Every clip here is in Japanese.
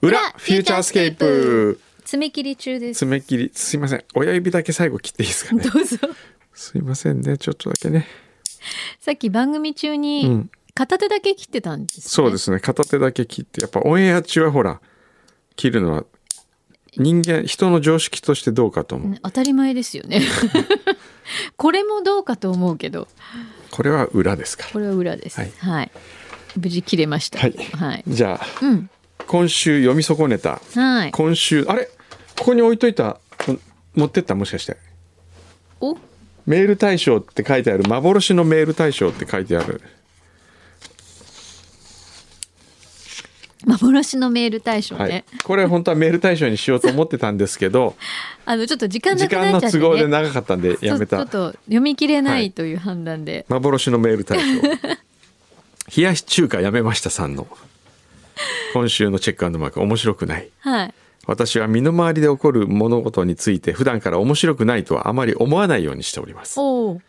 フューチャースケープ爪切り中です。爪切りすいません親指だけ最後切っていいですか ねどうぞ。すいませんねちょっとだけねさっき番組中うにん片手だけ切ってたんです、ねそうですね片手だけ切ってやっぱオンエア中はほら切るのは人間人の常識としてどうかと思う、ね当たり前ですよ ね。これもどうかと思うけど、これは裏ですかこれは裏です。ははいい。無事切れました。はいはいら。じゃあうん。今週読み損ねたはい。今週あれここに置いといたこ持ってったもしかしてお、メール大賞って書いてある幻のメール大賞って書いてある幻のメール対象ね。はい、これ本当はメール対象にしようと思ってたんですけどあのちょっと時間な時く間なっのちゃって、ね、都合で長かったんでやめちたょちょっと読み切れなはいいという判断で、幻のメール対 象冷やし中華やめましたさんの今週のチェックマーク面白くないはい。私は身の回りで起こる物事について普段から面白くないとはあまり思わないようにしておりますおお。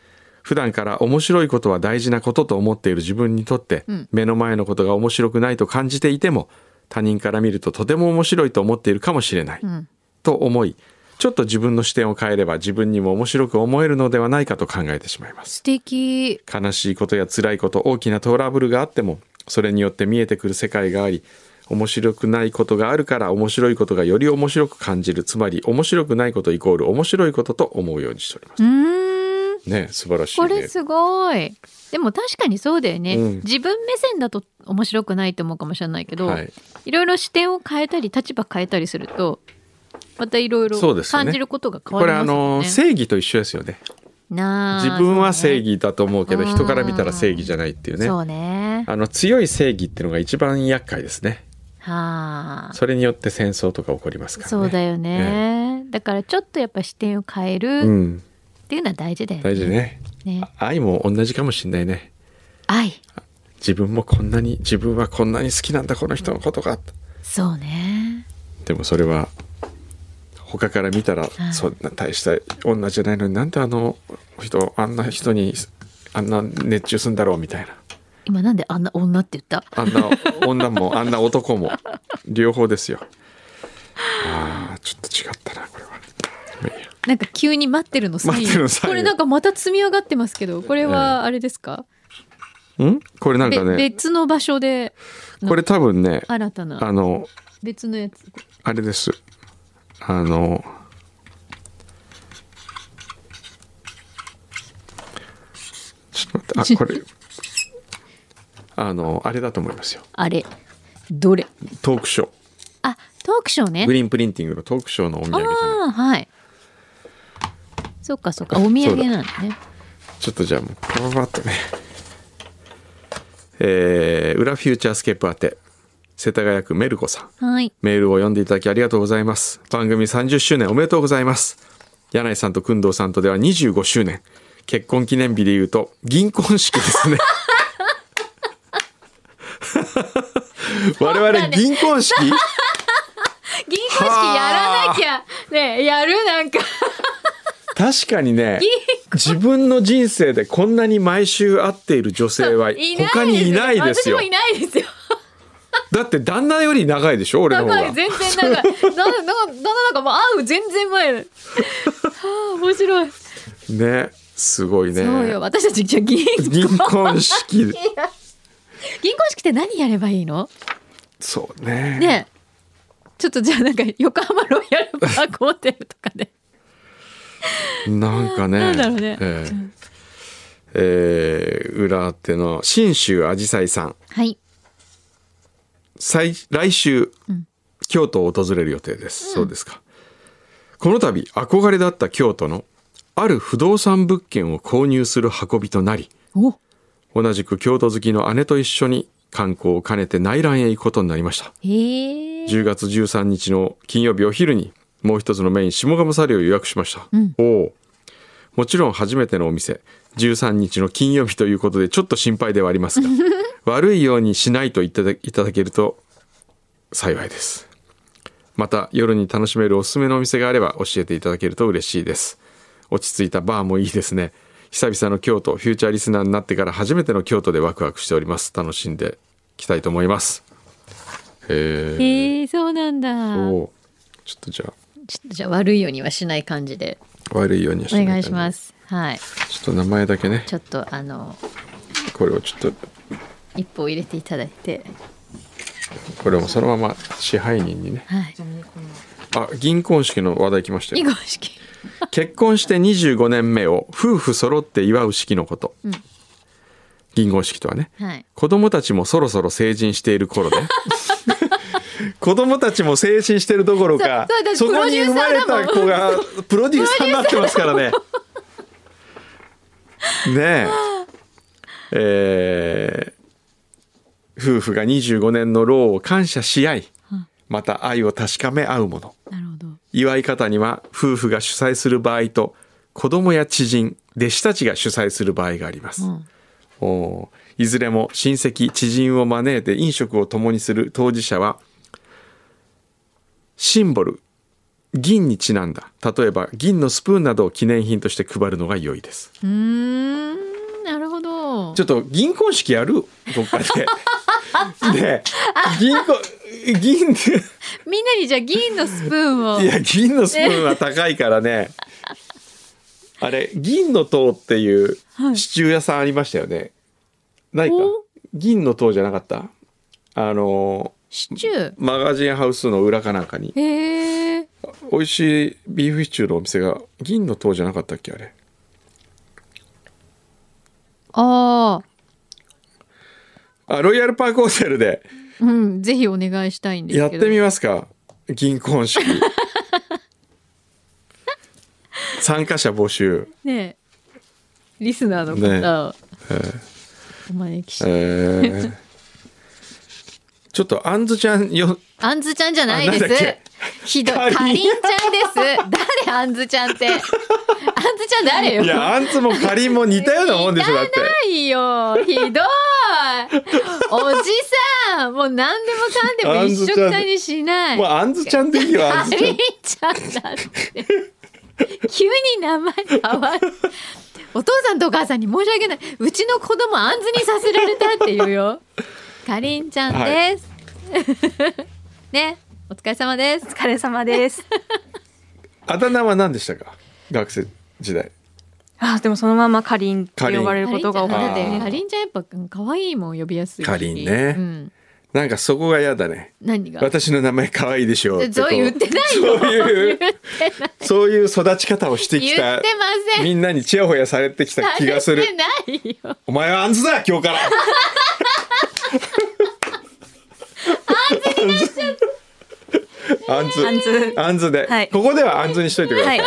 普段から面白いことは大事なことと思っている自分にとって、ん目の前のことが面白くないと感じていても他人から見るととても面白いと思っているかもしれない、んと思いちょっと自分の視点を変えれば自分にも面白く思えるのではないかと考えてしまいます素敵。悲しいことや辛いこと大きなトラブルがあってもそれによって見えてくる世界があり面白くないことがあるから面白いことがより面白く感じるつまり面白くないことイコール面白いことと思うようにしておりまうーん。すね素晴らしいこねれすごい。でも確かにそうだよね、うん自分目線だと面白くないと思うかもしれないけど、はいい、ろいろ視点を変えたり立場変えたりするとまたいろいろそうですね感じることが変こわれりあますよのね。正義と一緒ですよねなあ自分は正義だと思うけどうん人から見たら正義じゃないっていうねそうね。あの強い正義っていうのが一番厄介ですねはあ。それによって戦争とか起こりますからねそうだよね、だからちょっとやっぱ視点を変えうるっんていうのは大事だよね。大事ねねあ愛も同じかもしんないね愛。自分もこんなに自分はこんなに好きなんだこの人のことがそうね。でもそれは他から見たらいそんな大した女じゃないのになんであの人あんな人にあんな熱中するんだろうみたいな今なんであんな女って言ったあんな女もあんな男も両方ですよ。ああちょっと違ったなこれは。まあいいやなんか急に待ってるのサイン待ってるのサインこれなんかまた積み上がってますけどこれはあれですか、んこれなんかべね別の場所でこれ多分ね新たあなの別のやつあれですあのちょっと待ってあこれあのあれだと思いますよあれどれトークショーあトークショーねグリーンプリンティングのトークショーのお土産じゃないああはいそっかそっかお土産なんだねちょっとじゃあもうパパパッとね。えー、裏フューチャースケープ宛て、世田谷区メルコさん。はいメールを読んでいただきありがとうございます。番組30周年おめでとうございます。柳井さんと工藤さんとでは25周年。結婚記念日で言うと、銀婚式です ね。我々銀婚式銀婚式やらなきゃねやるなんか確かにね自分の人生でこんなに毎週会っている女性はいない他にいないですよ私もいないですよだって旦那より長いでしょ俺の方長がい全然長いななななんかもう会う全然前はあ面白い、ねすごいねそうよ私たちじゃあ銀銀婚 式銀婚式って何やればいいのそうねねえちょっとじゃあなんか横浜ロイヤルパークホテルとかでなんかねなんだろうねえーえー裏手の信州あじさいさんはい再来週、京都を訪れる予定です、そうですかこの度憧れだった京都のある不動産物件を購入する運びとなりお同じく京都好きの姉と一緒に観光を兼ねて内覧へ行くことになりましたへえ10月13日の金曜日お昼にもう一つのメイン下鴨サリを予約しました、おおもちろん初めてのお店13日の金曜日ということでちょっと心配ではありますが悪いようにしないと言っていただけると幸いですまた夜に楽しめるおすすめのお店があれば教えていただけると嬉しいです落ち着いたバーもいいですね久々の京都フューチャーリスナーになってから初めての京都でワクワクしております楽しんでいきたいと思いますへえへえそうなんだそうちょっとじゃちょっとじゃあ悪いようにはしない感じであ悪いようにはお願いしますすはいちょっと名前だけねちょっとあのこれをちょっと一歩入れていただいてこれもそのまま支配人にねはいあ銀婚式の話題来ました囲よ碁式結婚して25年目を夫婦揃って祝う式のこと、ん銀婚式とはねはい子供たちもそろそろ成人している頃 で子供たちも成人してるどころかそそうだこってに生まれた子がプロデューサーになってますからね。ねええー夫婦が25年の労を感謝し合いまた愛を確かめ合うものなるほど祝い方には夫婦が主催する場合と子供や知人弟子たちが主催する場合があります。うんおーいずれも親戚知人を招いて飲食を共にする当事者はシンボル銀にちなんだ例えば銀のスプーンなどを記念品として配るのが良いですうーんなるほどちょっと銀婚式やるどっか でで銀婚銀ってみんなにじゃあ銀のスプーンをいや銀のスプーンは高いから ねあれ銀の塔っていうシチュー屋さんありましたよね、ないかお銀の塔じゃなかったあのシチューマガジンハウスの裏かなんかにへえ美味しいビーフシチューのお店が銀の塔じゃなかったっけあれあああロイヤルパークホテルでうんぜひお願いしたいんですやっけてどみますか銀婚 式参加者募集、ねえリスナーの方をお招きしえて、ーちょっとあんずちゃんよあんずちゃんじゃないあなんだっけですひどいかりんかりんちゃんです誰あんずちゃんってあんずちゃん誰よいやあんずもかりんも似たようなもんでしょだっていよひどいおじさんもう何でもかんでも一緒くたにしないもうあんずちゃんでいいよあかんずちゃりんんちゃんだって急に名前変わるお父さんとお母さんに申し訳ないうちの子供あんずにさせられたっていうよかりんちゃんです、ねお疲れ様ですお疲れ様です。あだ名は何でしたか学生時代 あ、でもそのままかりんって呼ばれるかこりんちゃとが多んだかっってて、かりんちゃんやっぱ可愛いもん呼びやすいしかりんねうん、なんかそこが嫌だね何が私の名前可愛いでしょってこそう言ってないそうよいう言ってそういう育ち方をしてき言たってませんみんなにちやほやされてきた気がす言るってないよお前はあんずだ今日からあんずあんずあんずで、はいここではあんずにしといてくださ、はいい、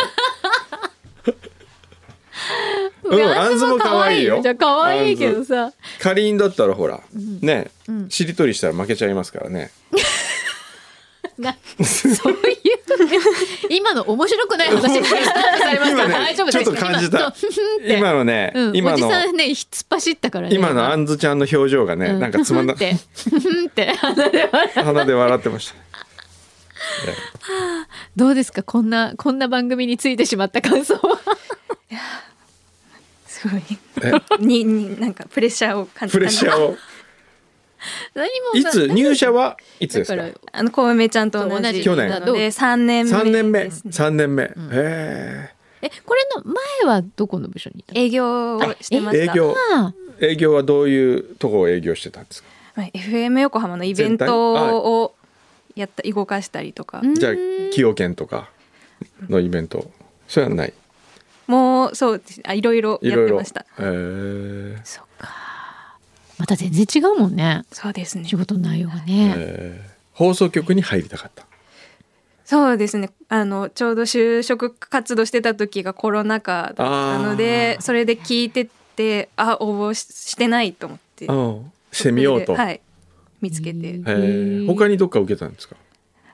うんあんずも可愛いよじゃあ可愛いけどさかりんだったらほら、ね、しりとりしたら負けちゃいますからねなそういう今の面白くない話にされました今ね大丈夫ですちょっと感じた今今のね、うん、今おじのさんね突っ走ったからね今のあんずちゃんの表情がね、なんかつまんなふってふんって鼻で笑ってましたどうですかこんなこんな番組についてしまった感想はすごい。 に、に、なんかプレッシャーを感じプレッシャーを何もいさつ入社はいつでだすかからあの、小梅ちゃんと同同じじ去年なので、三年目。三年目ですね三年目、へええこれの前はどこの部署にいたの営業をしてまし営た。業あ営業はどういうとこを営業してたんですかはい、FM 横浜のイベントをやった、動かしたりとか。んじゃあ崎陽軒とかのイベントそれはないもう、そうです、あ、いろいろいやろっいてろました。へえそっかまた全然違うもんねそうですね仕。事の内容がね、へえ放送局に入りたかったそうですね。あの、ちょうど就職活動してた時がコロナ禍だったのであ、ーそれで聞いてて、あ、応募ししてないと思って。うんしてみようと、はへい、見つけて、うんえ他にどっか受けたんですか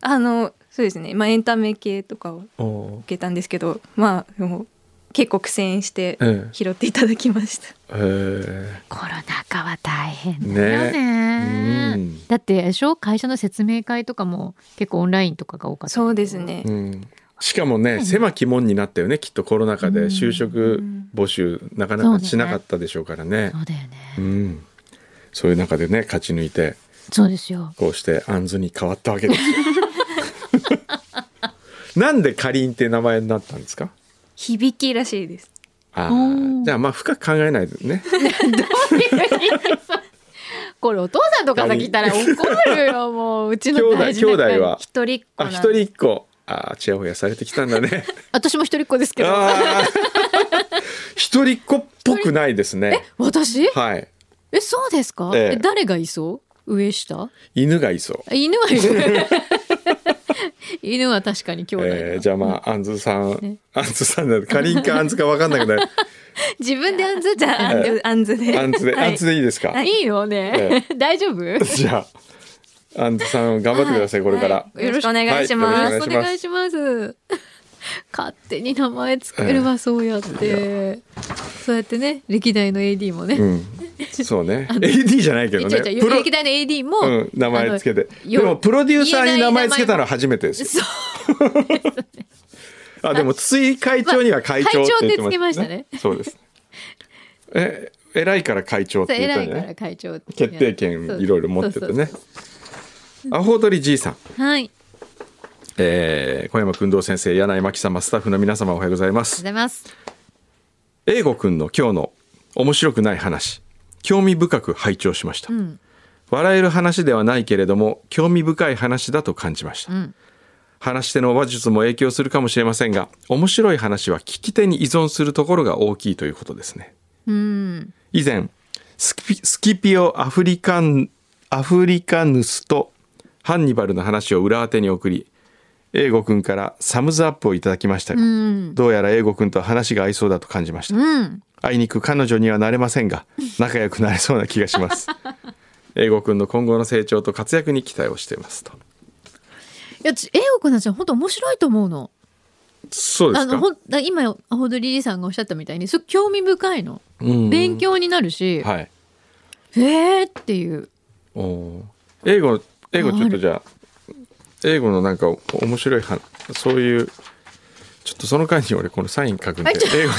あのそうですね、まあ、エンタメ系とかを受おーけたんですけどまあでも結構苦戦してえ拾っていただきました、えへコロナ禍は大変だよねねうんだってあれでしょ会社の説明会とかも結構オンラインとかが多かったそうですねえ、うんしかもね狭き門になったよねきっとコロナ禍で就職募集なかなかしなかったでしょうからねそうだよねうん、そういう中でね勝ち抜いてそうです よ。こうしてあんずに変わったわけです よなんでかりんって名前になったんですか響きらしいです。あおーーじゃあまあ深く考えないでねこれお父さんとかさ聞いたら怒るよもううち兄の弟大事兄な弟は一人っ子あなん一で人一個あーちやほやされてきたん だね私も一人っ子ですけどあー一人っ子っぽくないですね私はいえそうですか、えええ誰がいそう上下犬がいそう犬はいる 犬は確かに兄弟だ、えーじゃあまあ、あんずさんね、あんずさんだかりんかあんずかわかんなく なる。自分であんずっじてゃあ、えあんずで。あんずで、はいあんずでいいですか。 いいよね、 大丈夫じゃあ、あんずさん頑張ってください、これから。よろしくお願いしはまいす。よお願いします。 勝手に名前作るわ、そうやって。そうやってね、歴代の AD もね。うん。そうね。AD じゃないけど一応ね。じゃあプロ歴代の AD も、うん、名前つけてあ。のでよも、プロデューサーに名前つけたのは初めてですよ。そうあ、でも、つい会長には会長って言ってま会長ってつけまししたたねね。そうです。え、偉いから会長っそうて言ったん偉いじゃかないら会長って決定権いろいろ持っててねそうそう。アホ鳥じいさん。そうはいありがとうえー、小山君堂先生柳井真紀様スタッフの皆様おはようございまごすざいます英吾君の今日の面白くない話興味深く拝聴しました、ん笑える話ではないけれども興味深い話だと感じました、ん話し手の話術も影響するかもしれませんが面白い話は聞き手に依存するところが大きいということですねうん以前スキピスキピオアフリカンアフリカヌスとハンニバルの話を裏当てに送り英吾君からサムズアップをいただきましたが、うんどうやら英吾君と話が合いそうだと感じました、うんあいにく彼女にはなれませんが仲良くなれそうな気がします 英吾君の今後の成長と活躍に期待をしていますといや私英語君たちは本当面白いと思うのそうであすのかほんだ今アホドリリーさんがおっしゃったみたいにすごく興味深いのうん勉強になるし、はいえーっていうおー英語英語ちょっとじゃあ英語のなんか面白い話そういうちょっとその間に俺このサイン書くんであちょ英語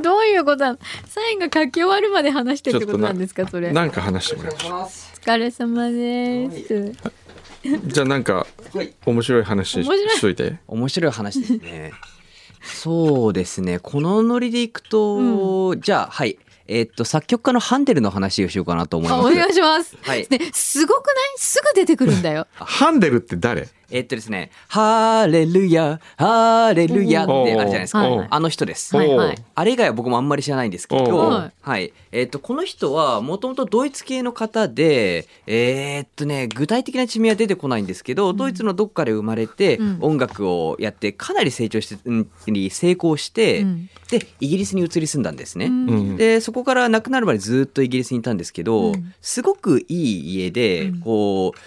どういうことなのサインが書き終わるまで話してでっちょてっこととななんですかそれなんか話してもらいましょお疲れ様ですうじゃあなんか面白い話面白いしといて面白い話ですね。そうですね。このノリでいくと、じゃあ、はい。えーっと、作曲家のハンデルの話をしようかなと思いあおま願いす。します、はいねすごくないすぐ出てくるんだよハンデルって誰えーっとですね、ハーレルヤ、ハーレルヤってあるじゃないですか。おーあの人です。はいはおいうあれ以外は僕もあんまり知らないんですけど、おうはいはい。えーっと、この人はもともとドイツ系の方で、えーっとね、具体的な地名は出てこないんですけど、ドイツのどっかで生まれてうん、音楽をやって、かなり成長して、うん成功して、うんで、イギリスに移り住んだんですね。うんうんでそこから亡くなるまでずっとイギリスにいたんですけど、うんすごくいい家で、うんこう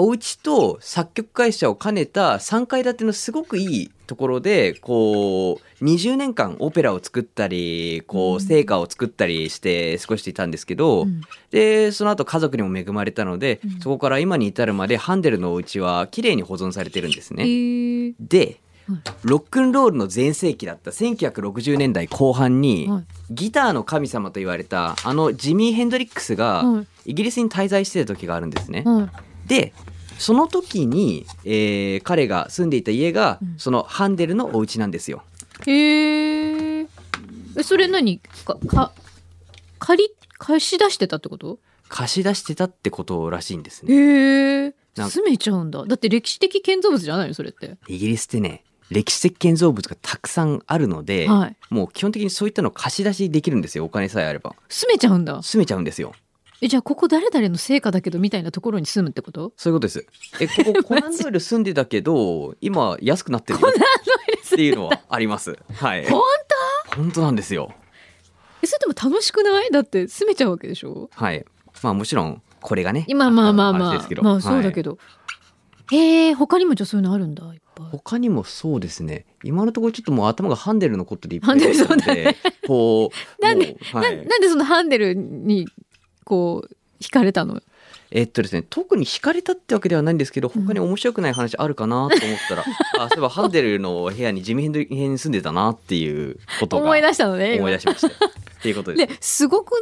お家と作曲会社を兼ねた3階建てのすごくいいところでこう20年間オペラを作ったりこうんう聖歌を作ったりして過ごしていたんですけど、うんでその後家族にも恵まれたので、うんそこから今に至るまでハンデルのお家は綺麗に保存されてるんですえね。ーではいロックンロールの全盛期だった1960年代後半に、はいギターの神様と言われたあのジミー・ヘンドリックスがはいイギリスに滞在してた時があるんですね。はいでその時に、えー彼が住んでいた家がうんそのハンデルのお家なんですよ。へえ。えそれ何かか借り貸し出してたってこと？貸し出してたってことらしいんですね。へえ。なんか住めちゃうんだ。だって歴史的建造物じゃないのそれって。イギリスってね歴史的建造物がたくさんあるので、はい。もう基本的にそういったのを貸し出しできるんですよお金さえあれば住めちゃうんだ。住めちゃうんですよえじゃあここ誰々の成果だけどみたいなところに住むってこと？そういうことです。え、ここコナンドイル住んでたけど、今安くなってるよっていうのはあります。はい。本当本当なんですよ。えそれでも楽しくない？だって住めちゃうわけでしょ？はい。まあもちろん、これがね。今まあまあま話あですけどまあそうだけはいど。へえ他にもじゃあそういうのあるんだいっぱい。他にもそうですね。今のところちょっともう頭がハンデルのことでいっぱハいンデルなんそうだで、こう、なんでもうはいななんでそのハンデルにこう惹かれたの？えっとですね、特に惹かれたってわけではないんですけど、他に面白くない話あるかなと思っ たら、あ、そういえばハンデルの部屋にジミヘンドリックスに住んでたなっていうことが思い出したのね。今思い出しました。っていうことです。ねすごくない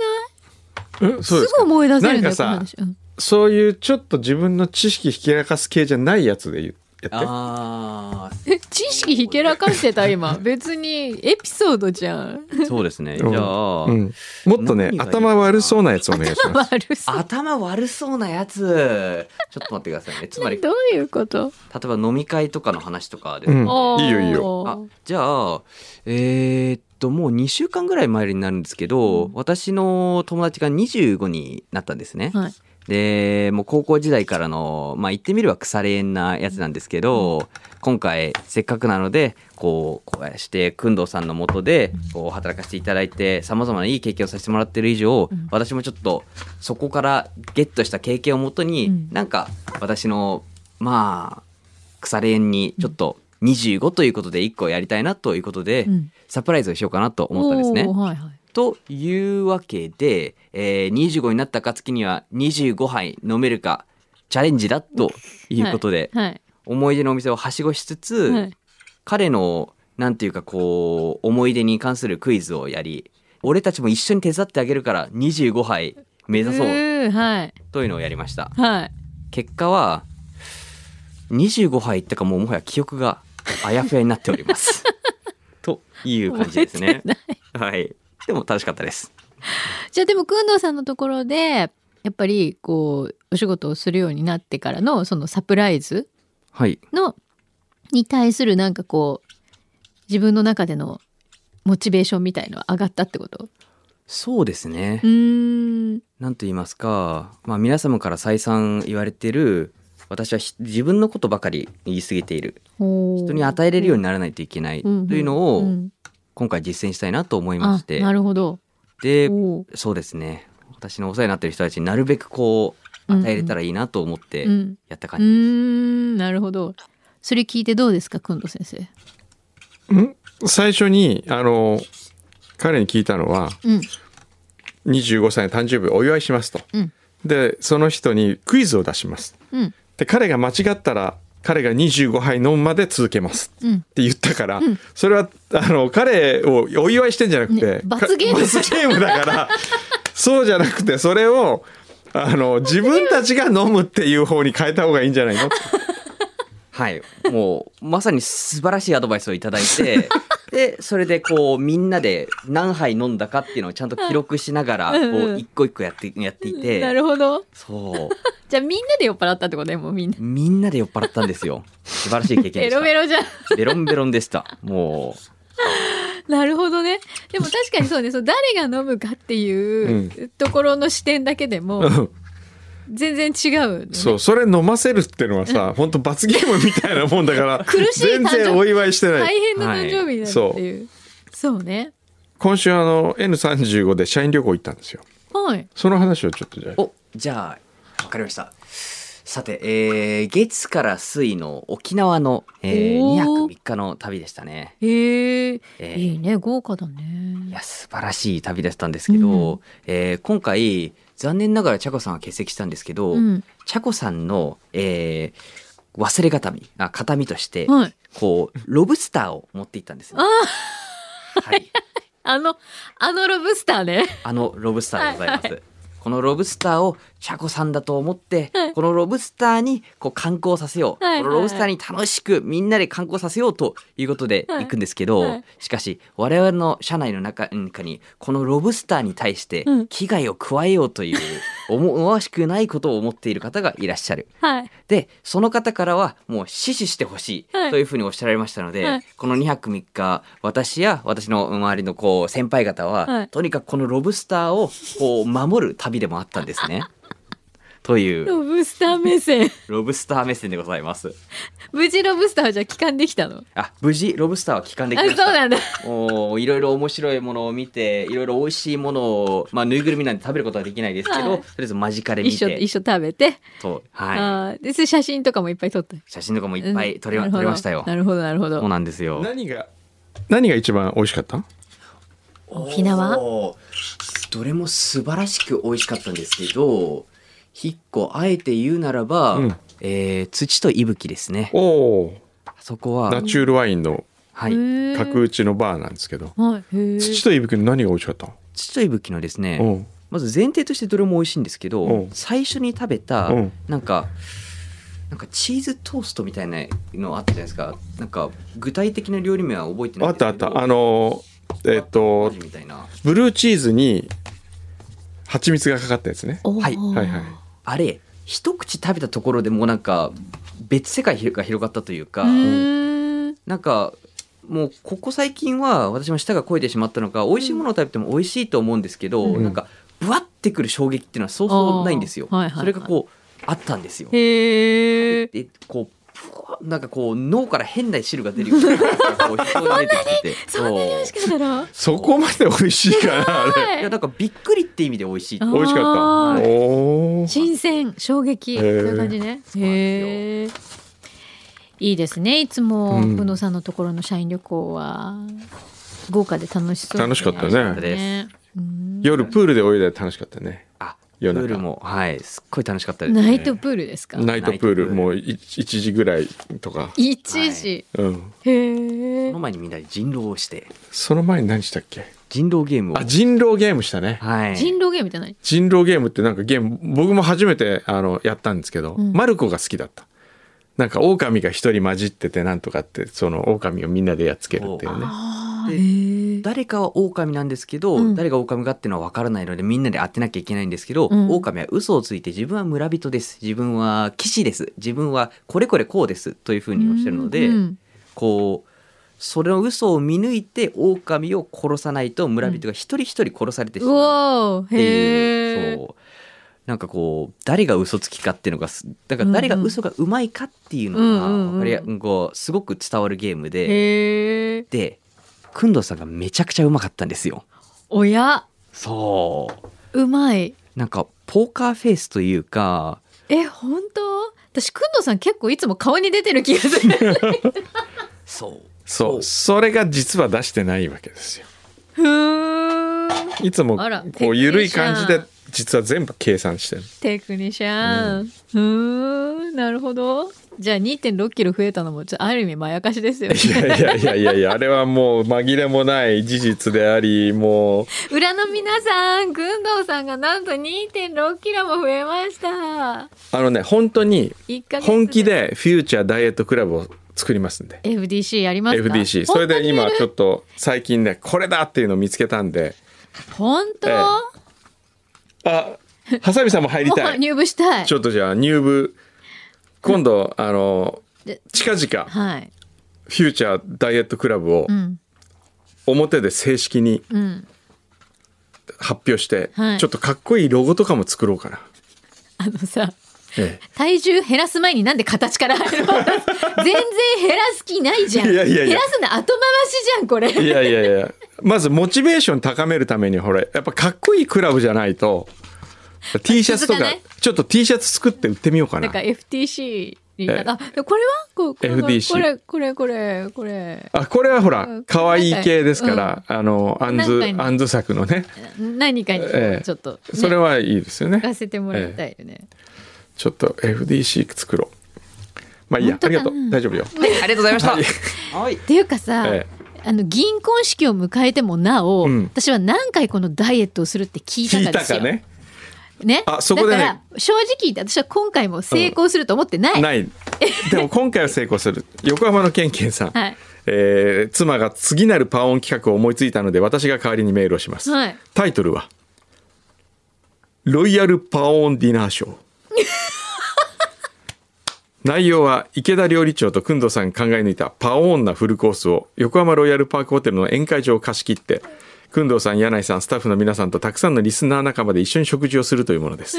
えそうですすかぐ思い出せるなんだよんかこのさ話、うんそういうちょっと自分の知識ひけらかす系じゃないやつで言ってやってあえ知識ひけらかしてた今別にエピソードじゃん あそうですねじうんゃあ、うん、もっとね何がいいかな頭悪そうなやつお願いします 悪そう頭悪そうなやつちょっと待ってください ねつまり例どういうことえば飲み会とかの話とかですね、うんおーいいよいいよあじゃあえーっともう2週間ぐらい前になるんですけど、うん私の友達が25になったんですね、はいでもう高校時代からのまあ言ってみれば腐れ縁なやつなんですけど、今回せっかくなのでこうこうして工藤さんのもとでこう働かせていただいてさまざまないい経験をさせてもらってる以上、うん私もちょっとそこからゲットした経験をもとに、うんなんか私のまあ腐れ縁にちょっと25ということで1個やりたいなということで、うんサプライズをしようかなと思ったんですねお。ーはいはいというわけで、えー、25になった暁には25杯飲めるかチャレンジだということで、はい思い出のお店をはしごしつつ、はい彼のなんていうかこう思い出に関するクイズをやり俺たちも一緒に手伝ってあげるから25杯目指そううーはいというのをやりましたはい結果は25杯いったかもうもはや記憶があやふやになっております という感じですね覚えてないはいでも楽しかったですじゃあでも工藤さんのところでやっぱりこうお仕事をするようになってからのそのサプライズはいのに対するなんかこう自分の中でのモチベーションみたいのは上がったってことそうですねう。ーんなんと言いますか、まあ、皆様から再三言われてる私はひ自分のことばかり言い過ぎている人人に与えれるようにならないといけないというのを今回実践したいなと思いまあして、なるほどでおーそうですね私のお世話になってる人たちになるべくこう与えれたらいいなと思ってうんやったう感ーじ、んなるほどそれ聞いてどうですかくんど先生うん最初にあの彼に聞いたのはうん25歳の誕生日お祝いしますと、うんでその人にクイズを出しますうんで彼が間違ったら彼が25杯飲むまで続けますっうんて言ったから、それはあの彼をお祝いしてんじゃなくて、ね罰ゲームか罰ゲームだから そうじゃなくてそれをあの自分たちが飲むっていう方に変えた方がいいんじゃないのはいもうまさに素晴らしいアドバイスをいただい てでそれでこうみんなで何杯飲んだかっていうのをちゃんと記録しながらこうんうんう一個一個やってやっていて、なるほどそうじゃあみんなで酔っ払ったってことねもうみんなみんなで酔っ払ったんで すよ。素晴らしい経験ベでした。ロベロじゃんベロンベロンでした。もなるほどね。でも確かに そうね、そう誰が飲むかっていうところの視点だけでも全然違うのね、そうそれ飲ませるっていうのはさ本当罰ゲームみたいなもんだから 苦しい誕全生日然お祝いしてない、大変な誕生日だっていう。そうね。今週あの N35 で社員旅行行ったんですよはい。その話をちょっとじゃう、あお、じゃあ、わかりました。さて、えー、月から水の沖縄の、えー、おー2泊3日の旅でしたね。へえ、えーいいね、豪華だいね。や、素晴らしい旅だったんですけど、うんえー今回、残念ながらチャコさんは欠席したんですけど、うん。チャコさんの、えー、忘れ形見、あ、形見として、はい。こう、ロブスターを持っていったんですね。あはい。あの、あのロブスターね。あのロブスターでございます。このロブスターをチャコさんだと思って、このロブスターにこう観光させよう、はいはいこのロブスターに楽しくみんなで観光させようということではい行くんですけど、はいしかし我々の社内の中中にこのロブスターに対してうん危害を加えようという思わしくないことを思っている方がいらっしゃる。はい。でその方からはもう死守してほしいはいというふうにおっしゃられましたので、はいこの2泊3日私や私の周りのこう先輩方は、はいとにかくこのロブスターをこう守る旅でもあった んですね。というロブスター目線。 ロブスター目線でございます。無事ロブスターはじゃあ帰還できたの。あ無事ロブスターは帰還できあ、まそうした。なんだ。おーいろいろ面白いものを見ていろいろ美味しいものを、まあ、ぬいぐるみなんて食べることはできないですけど、はいとりあえず間近で見一緒、て一緒食べて。そう、はい、ああーで、それ写真とかもいっぱい撮った。いっ写真とかもいっぱい撮れ,、撮れましたよな。るほど、なるほそどう。なんですよ。何が何が一番美味しかった沖縄おーどれも素晴らしく美味しかったんですけど一個あえて言うならば、うんえー土と息吹ですねおおそこはナチュールワインのはいへー角打ちのバーなんですけどはい。へー土といぶきの何が美味しかった土と息吹のですねおまず前提としてどれも美味しいんですけうどん最初に食べたうんなんかなんかチーズトーストみたいなのあったじゃないですかなんか具体的な料理名は覚えてないあんっでたあすけっどたあのえっと味みたいなブルーチーズに蜂蜜がかかったやつねおーはいはいはいあれ一口食べたところでもうなんか別世界が広がったというかうーんなんかもうここ最近は私も舌が肥えてしまったのか美味しいものを食べても美味しいと思うんですけど、うんなんかぶわってくる衝撃っていうのはそうそうないんですよ。あーはいはいはいそれがこうあったんですよ。へえでこうぷわなんかこう脳から変な汁が出るようなこう人が出てきて そんなに美味しそうかったのそこまで美味しいかな あれいやなんかびっくりって意味で美味しいあ美味しかあったーおお新鮮衝撃へーそういう感じねうなんですよへえいいですねいつうもん久野さんのところの社員旅行は豪華で楽しそうで楽しかったねねうん夜プールで泳いだら楽しかったねあプ夜中ールもはいすっごい楽しかったです、ナイトプールですかナイトプーナイトプールルもうい1時ぐらいとか一時うんへそえの前にみんなで人狼をしてその前に何したっけ人狼ゲームをあ人狼ゲームしたねはい人狼ゲームじゃない人狼ゲームってなんかゲーム僕も初めてあのやったんですけど、うんマルコが好きだったなんか狼が一人混じっててなんとかってその狼をみんなでやっつけるっていうねあでーへえ誰かは狼なんですけど、うん誰が狼かっていうのは分からないのでみんなで当てなきゃいけないんですけど、うん狼は嘘をついて自分は村人です自分は騎士です自分はこれこれこうですというふうにおっしゃるので、うんこうそれの嘘を見抜いて狼を殺さないと村人が一人一人殺されてしうまうわーっていへう、えそうなんかこう誰が嘘つきかっていうのがすだから誰が嘘がうまいかっていうのが、うんうんうんわかりやこうすごく伝わるゲームで。へえで、くんどうさんがめちゃくちゃうまかったんですよ。おやそう。うまいなんか、ポーカーフェイスというか、え本当私くんどうさん結構いつも顔に出てる気がする そう。そうそれが実は出してないわけですよふーんいつもあらこう緩い感じテクニシャでン実は全部計算してるテクニシャン。うーん、なるほど。じゃあ2.6キロ増えたのも、ちょある意味まやかしですよね。いやいやいやいやいやあれはもう紛れもない事実でありもう 裏の皆さん、軍藤さんがなんと2.6キロも増えました。あのね本当に一ヶ月本気。でフューチャーダイエットクラブを作りますんで FDC やりますか FDC それで今ちょっっと最近ねこれだっていうのを見つけたん でと。本当、えあハサミさんも入りたもうい 入部したいち。ょっとじゃあ入部今度あので近々フはい。ューチャーダイエットクラブをうん。表で正式にうん。発表して、はいちょっとかっこいいロゴとかも作ろうかな、あのさ、え体重減らす前になんで形から入るの 全然減らす気ないじゃん。いやいやいや減らすの後回しじゃん、これ。えいやいやいやまずモチベーション高めるためにほらやっぱかっこいいクラブじゃないと T シャツとか、続かないちょっと T シャツ作って売ってみようかななんか FTC にええあでこれはこうこの FDC これこれこれこれあこれはほらうん可愛い系ですから、あのアンズなんかにアンズ作のね何かにええちょっと、ねそれはいいですよね聞かせてもらいたいよね、ちょっと FDC 作ろうまあいいや本あ当りかがなとう大丈夫よありがとうございました。はい。っていうかさ、えあの銀婚式を迎えてもなお、うん私は何回このダイエットをするって聞い聞たいかでたすよかねねあそこでねだから正直言って私は今回も成功すると思ってない、 ないでも今回は成功する横浜のケンケンさん、はいえー妻が次なるパオン企画を思いついたので私が代わりにメールをします、はいタイトルは「ロイヤルパオンディナーショー」内容は池田料理長と工藤さんが考え抜いたパオーンなフルコースを横浜ロイヤルパークホテルの宴会場を貸し切って工藤さん柳井さんスタッフの皆さんとたくさんのリスナー仲間で一緒に食事をするというものです、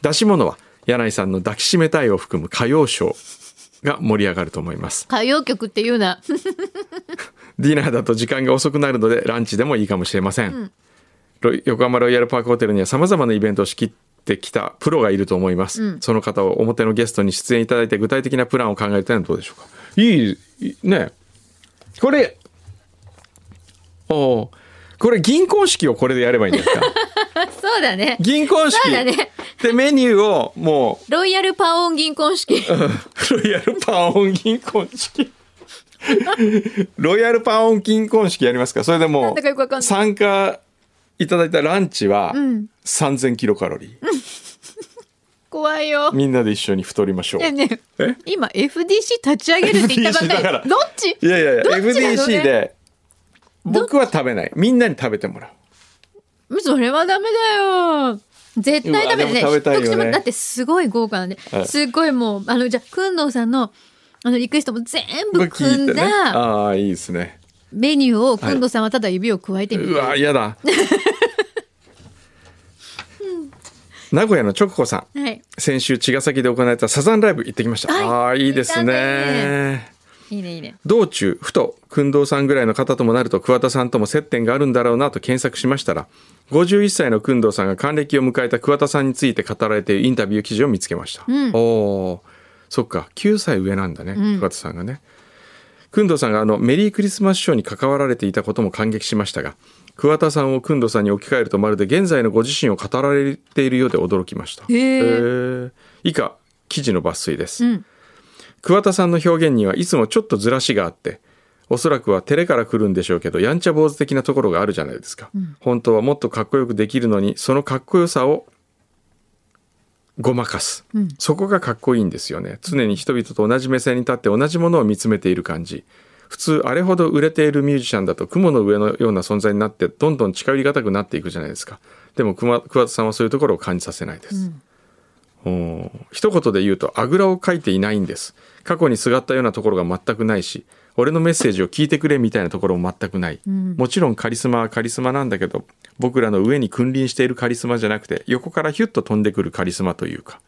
出し物は柳井さんの抱きしめたいを含む歌謡ショーが盛り上がると思います歌謡曲っていうなディナーだと時間が遅くなるのでランチでもいいかもしれません、ロイ横浜ロイヤルパークホテルにはさまざまなイベントを仕切ってきたプロがいると思います、その方を表のゲストに出演いただいて具体的なプランを考えたいのはどうでしょうかいいいねこれおうこれ銀婚式をこれでやればいいんです かそうだね銀婚式そうだねでメニューをもロイヤルパオン銀婚式うロイヤルパオン銀婚式ロイヤルパオン銀婚式やりますかそれでもなんだかよくわかんなう参加いただいたランチはうん3000キロカロリー。怖いよ。ねみんなで一緒に太りましょう。えねええ今 FDC 立ち上げるって言ったば FDC っだかからり。どっちいやいやいや、どっちなの FDC ね。で僕は食べない。みんなに食べてもらう。それはダメだよ。絶対ダメだね。うわでも食べたいよね一口もだってすごい豪華なんでは、いすごいもう、あの、じゃあ、くんどうさんの、あの、リクエストも全部僕聞組いんてね。だああ、いいですね。メニューを、くんどうさんはただ指を加えてみうる。わ、嫌だ。名古屋のチョココさん。はい。先週茅ヶ崎で行われたサザンライブ行ってきました。あはあーいいですねいいねいいね、いいね。道中ふと薫堂さんぐらいの方ともなると桑田さんとも接点があるんだろうなと検索しましたら51歳の薫堂さんが還暦を迎えた桑田さんについて語られているインタビュー記事を見つけました、うんおおそっか9歳上なんだね、うん桑田さんがね薫堂さんがあのメリークリスマスショーに関わられていたことも感激しましたが桑田さんを薫堂さんに置き換えるとまるで現在のご自身を語られているようで驚きましたへええ以下記事の抜粋です、うん。桑田さんの表現にはいつもちょっとずらしがあっておそらくは照れから来るんでしょうけどやんちゃ坊主的なところがあるじゃないですか、本当はもっとかっこよくできるのにそのかっこよさをごまかす、うんそこがかっこいいんですよね常に人々と同じ目線に立って同じものを見つめている感じ普通あれほど売れているミュージシャンだと雲の上のような存在になってどんどん近寄りがたくなっていくじゃないですかでも熊桑田さんはそういうところを感じさせないです、おー一言で言うとあぐらをかいていないんです過去にすがったようなところが全くないし俺のメッセージを聞いてくれみたいなところも全くない、もちろんカリスマはカリスマなんだけど僕らの上に君臨しているカリスマじゃなくて横からヒュッと飛んでくるカリスマというか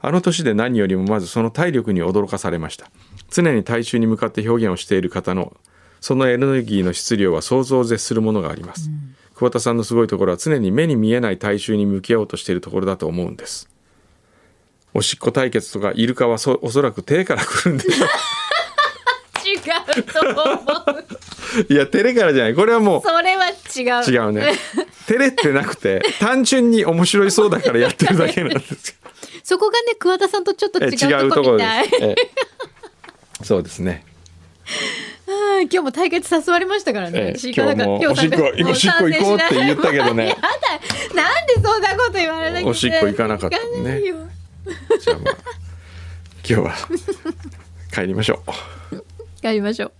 あの年で何よりもまずその体力に驚かされました常に大衆に向かって表現をしている方のそのエネルギーの質量は想像を絶するものがあります、桑田さんのすごいところは常に目に見えない大衆に向き合おうとしているところだと思うんですおしっこ対決とかイルカはそおそらく手から来るんで しょ違う と思う。ういや照れからじゃないこれはもそれは違うう。違うね 照れってなくて単純に面白いそうだからやってるだけなん です そこがね、桑田さんとちょっとけ違どえうとこみたい。ええそうですねうん今日も対決誘われましたからね。ええ私行かなかっ今た日も参加おしっこおしっこ行こうって言ったけどねもう参加しない やだ。なんでそんなこと言われなきゃいけないおしっこ行かなかったね行かないよじゃあま あ今日は帰りましょうやりましょう。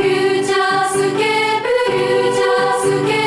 「フューチャースケープフューチャースケ